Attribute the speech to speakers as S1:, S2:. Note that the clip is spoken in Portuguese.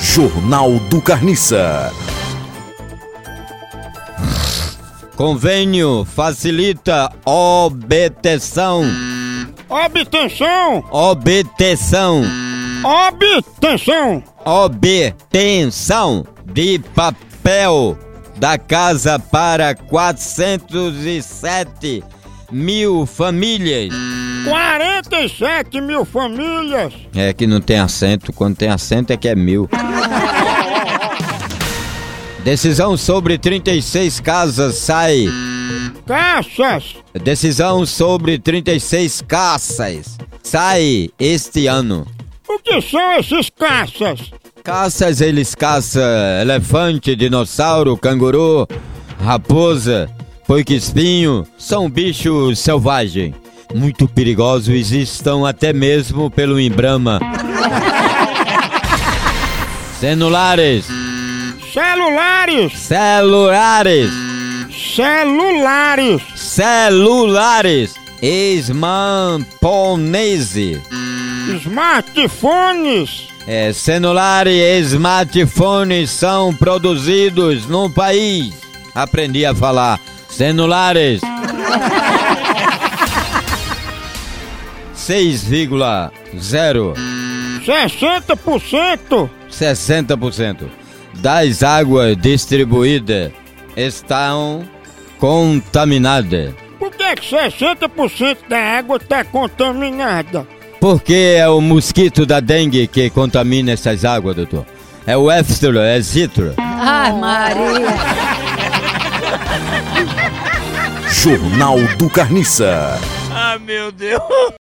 S1: Jornal do Carniça.
S2: Convênio facilita obtenção,
S3: Obtenção!
S2: obtenção,
S3: Obtenção!
S2: obtenção de papel da casa para 407 mil famílias.
S3: 47 mil famílias!
S2: É que não tem acento, quando tem acento é que é mil. Decisão sobre 36 casas sai.
S3: Caças!
S2: Decisão sobre 36 caças sai este ano.
S3: O que são esses caças?
S2: Caças, eles caçam elefante, dinossauro, canguru, raposa, porco-espinho. São bichos selvagens, muito perigosos e estão até mesmo pelo embrama. Celulares,
S3: Celulares!
S2: celulares,
S3: Celulares!
S2: celulares, esmamponese.
S3: Smartphones!
S2: É, celulares e smartphones são produzidos no país. Aprendi a falar. Celulares. 6,060%
S3: 60%!
S2: das águas distribuídas estão contaminadas.
S3: Por que, que 60% da água está contaminada?
S2: Porque é o mosquito da dengue que contamina essas águas, doutor. É o Éfstero, é Zitro.
S4: Ai, Maria.
S1: Jornal do Carniça.